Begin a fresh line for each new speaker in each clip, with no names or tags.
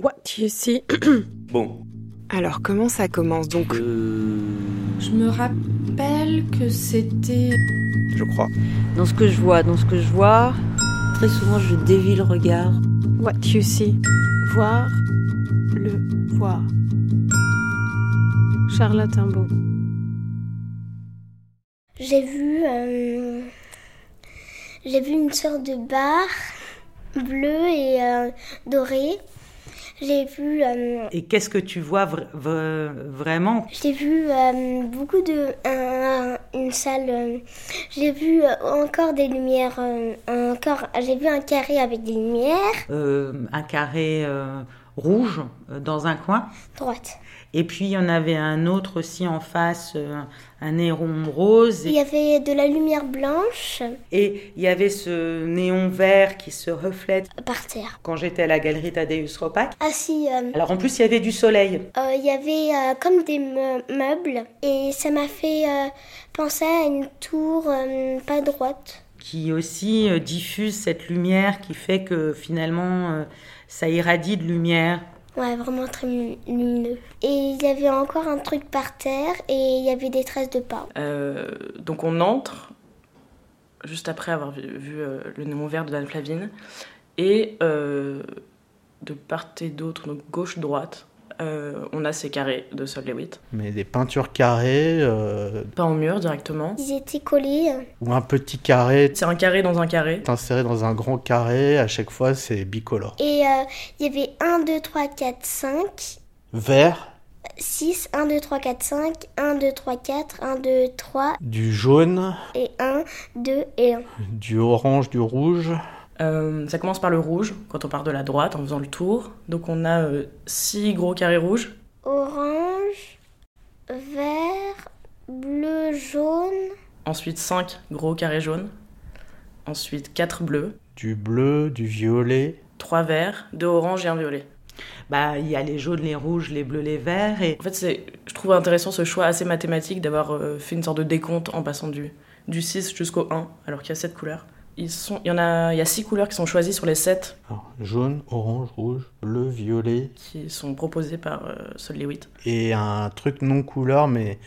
What you see.
Bon.
Alors comment ça commence donc
Je me rappelle que c'était.
Je crois.
Dans ce que je vois, dans ce que je vois, très souvent je dévie le regard.
What you see.
Voir. Le voir. Charlotte Timbaud.
J'ai vu, euh, j'ai vu une sorte de bar bleu et euh, doré. J'ai vu, euh,
Et qu'est-ce que tu vois vr- vr- vraiment
j'ai vu euh, beaucoup de un- une salle. euh, j'ai vu euh, encore des lumières. euh, encore, j'ai vu un carré avec des lumières
Euh, Un carré euh, rouge euh, dans un coin.
droite.
Et puis il y en avait un autre aussi en face, euh, un néon rose.
Il y avait de la lumière blanche
Et il y avait ce néon vert qui se reflète
par terre.
quand j'étais à la galerie Tadeusz Ropac.
Ah si, euh,
Alors en plus, il y avait du soleil.
Euh, Il y avait euh, comme des meu- meubles et ça m'a fait euh, penser à une tour euh, pas droite.
qui aussi euh, diffuse cette lumière qui fait que finalement euh, ça irradie de lumière.
Ouais, vraiment très lu- lumineux. Et il y avait encore un truc par terre et il y avait des traces de pas.
Euh, donc on entre, juste après avoir vu, vu, euh, le néon vert de Dan Flavine, et euh, de part et d'autre, donc gauche-droite, euh, on a ces carrés de Sol Lewitt.
Mais des peintures carrées euh,
Pas en mur directement.
Ils étaient collés.
ou un petit carré
C'est un carré dans un carré.
est inséré dans un grand carré, à chaque fois c'est bicolore.
Et euh, il y avait 1, 2, 3, 4, 5,
Vert,
6, 1, 2, 3, 4, 5, 1, 2, 3, 4, 1, 2, 3
du jaune,
et 1, 2 et 1.
du orange, du rouge.
Euh, ça commence par le rouge, quand on part de la droite en faisant le tour. Donc on a euh, six gros carrés rouges.
Orange, vert, bleu, jaune.
Ensuite 5 gros carrés jaunes. Ensuite 4 bleus,
du bleu, du violet.
3 verts, 2 oranges et un violet.
Bah, il y a les jaunes, les rouges, les bleus, les verts et
En fait, c'est, je trouve intéressant ce choix assez mathématique d'avoir euh, fait une sorte de décompte en passant du, du 6 jusqu'au 1, alors qu'il y a 7 couleurs. Ils sont, il y en a, il y a 6 couleurs qui sont choisies sur les 7
Alors, jaune, orange, rouge, bleu, violet.
qui sont proposées par euh, Sol Lewitt.
Et un truc non couleur, mais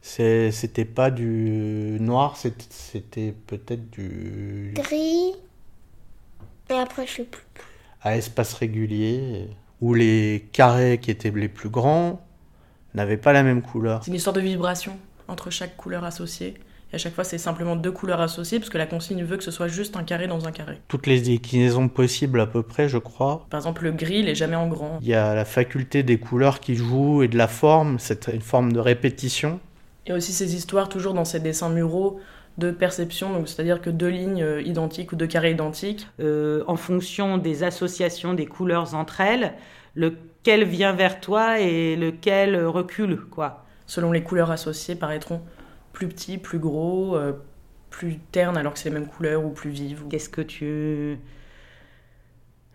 c'est- c'était pas du noir, c'était- c'était peut-être du.
gris. Et après, je sais plus.
à espace régulier, où les carrés qui étaient les plus grands n'avaient pas la même couleur.
C'est une histoire de vibration entre chaque couleur associée. Et à chaque fois, c'est simplement deux couleurs associées, parce que la consigne veut que ce soit juste un carré dans un carré.
Toutes les déclinaisons possibles à peu près, je crois.
Par exemple, le gris, il est jamais en grand.
Il y a la faculté des couleurs qui jouent et de la forme, c'est une forme de répétition.
Il y a aussi ces histoires, toujours dans ces dessins muraux, de perception, donc c'est-à-dire que deux lignes euh, identiques ou deux carrés identiques,
euh, en fonction des associations des couleurs entre elles, lequel vient vers toi et lequel euh, recule quoi.
selon les couleurs associées, paraîtront plus petits, plus gros, euh, plus ternes alors que c'est les mêmes couleurs ou plus vives. ou-
Qu'est-ce que tu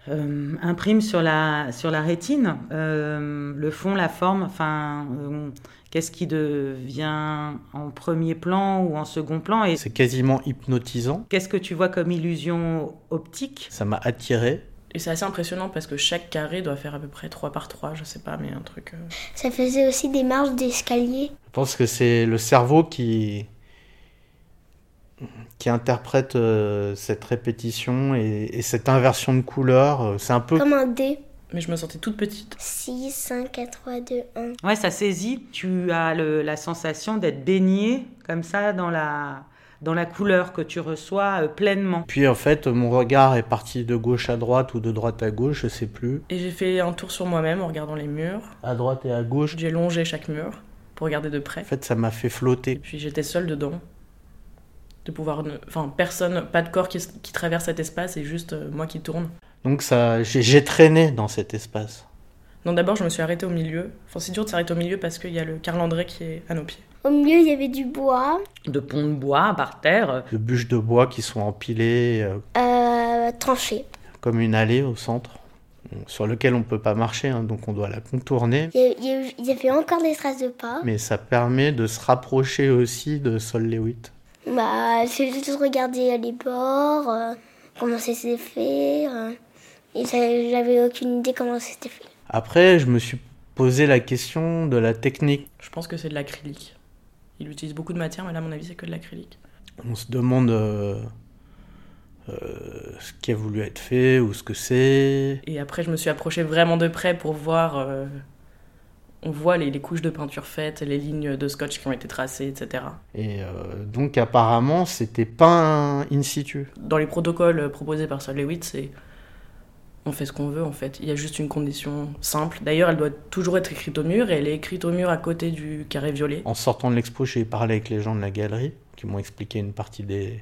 euh, imprimes sur la sur la rétine, Euh, le fond, la forme, enfin euh, qu'est-ce qui devient en premier plan ou en second plan et
C'est quasiment hypnotisant.
Qu'est-ce que tu vois comme illusion optique
Ça m'a attiré.
Et c'est assez impressionnant parce que chaque carré doit faire à peu près 3 par 3, je sais pas, mais un truc... euh,
Ça faisait aussi des marches d'escalier.
Je pense que c'est le cerveau qui, qui interprète euh, cette répétition et, et cette inversion de couleurs. C'est un peu
Comme un dé.
Mais je me sentais toute petite.
6, 5, 4, 3, 2, 1.
Ouais, ça saisit. Tu as le- la sensation d'être baigné comme ça dans la, dans la couleur que tu reçois euh, pleinement.
Puis en fait, mon regard est parti de gauche à droite ou de droite à gauche, je sais plus.
Et j'ai fait un tour sur moi-même en regardant les murs.
À droite et à gauche.
J'ai longé chaque mur pour regarder de près.
En fait, ça m'a fait
Et
flotter.
puis j'étais seule dedans. De pouvoir... ne- Enfin, personne, pas de corps qui, qui traverse cet espace et juste euh, moi qui tourne.
Donc ça, j'ai j'ai traîné dans cet espace.
Non, d'abord, je me suis arrêtée au milieu. Enfin, c'est dur de s'arrêter au milieu parce qu'il y a le carlandré qui est à nos pieds.
Au milieu, il y avait du bois.
De pont de bois par terre. euh,
De bûches de bois qui sont empilées euh,
Euh, tranché.
comme une allée au centre, sur lequel on peut pas marcher, hein, donc on doit la contourner.
Il y, a- il y a eu- il y avait encore des traces de pas.
Mais ça permet de se rapprocher aussi de Sol Lewitt.
Bah, j'ai juste regardé les bords, euh, comment ça s'est fait. euh, Et ça- j'avais aucune idée comment c'était fait.
Après, je me suis posé la question de la technique.
Je pense que c'est de l'acrylique. Il utilise beaucoup de matière, mais là, à mon avis, c'est que de l'acrylique.
On se demande euh, euh, ce qui a voulu être fait ou ce que c'est.
Et après, je me suis approchée vraiment de près pour voir. euh, on voit les, les couches de peinture faites, les lignes de scotch qui ont été tracées, etc.
Et euh, donc apparemment, c'était pas un in situ.
Dans les protocoles euh, proposés par Sol Lewitt, c'est. On fait ce qu'on veut en fait. Il y a juste une condition simple. D'ailleurs, elle doit toujours être écrite au mur et elle est écrite au mur à côté du carré violet.
En sortant de l'expo, j'ai parlé avec les gens de la galerie qui m'ont expliqué une partie des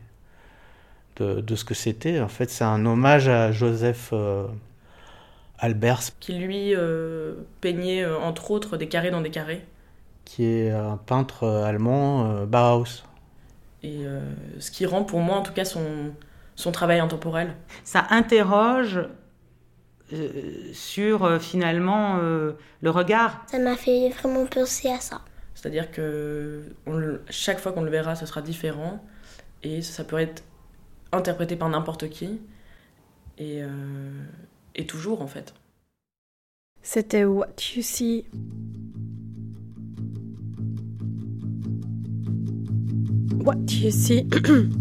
de, de ce que c'était. En fait, c'est un hommage à Joseph euh, Albers,
qui lui euh, peignait euh, entre autres des carrés dans des carrés.
qui est un peintre euh, allemand, euh, Bauhaus.
Et euh, ce qui rend pour moi en tout cas son, son travail intemporel.
ça interroge euh, sur euh, finalement euh, le regard.
Ça m'a fait vraiment penser à ça.
C'est-à-dire que on le- chaque fois qu'on le verra, ce sera différent et ça peut être interprété par n'importe qui et, euh, et toujours en fait.
C'était What You See. What You See.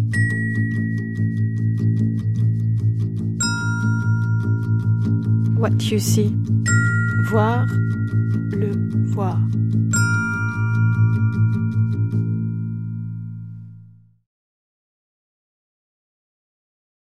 What You See.
Voir. Le voir.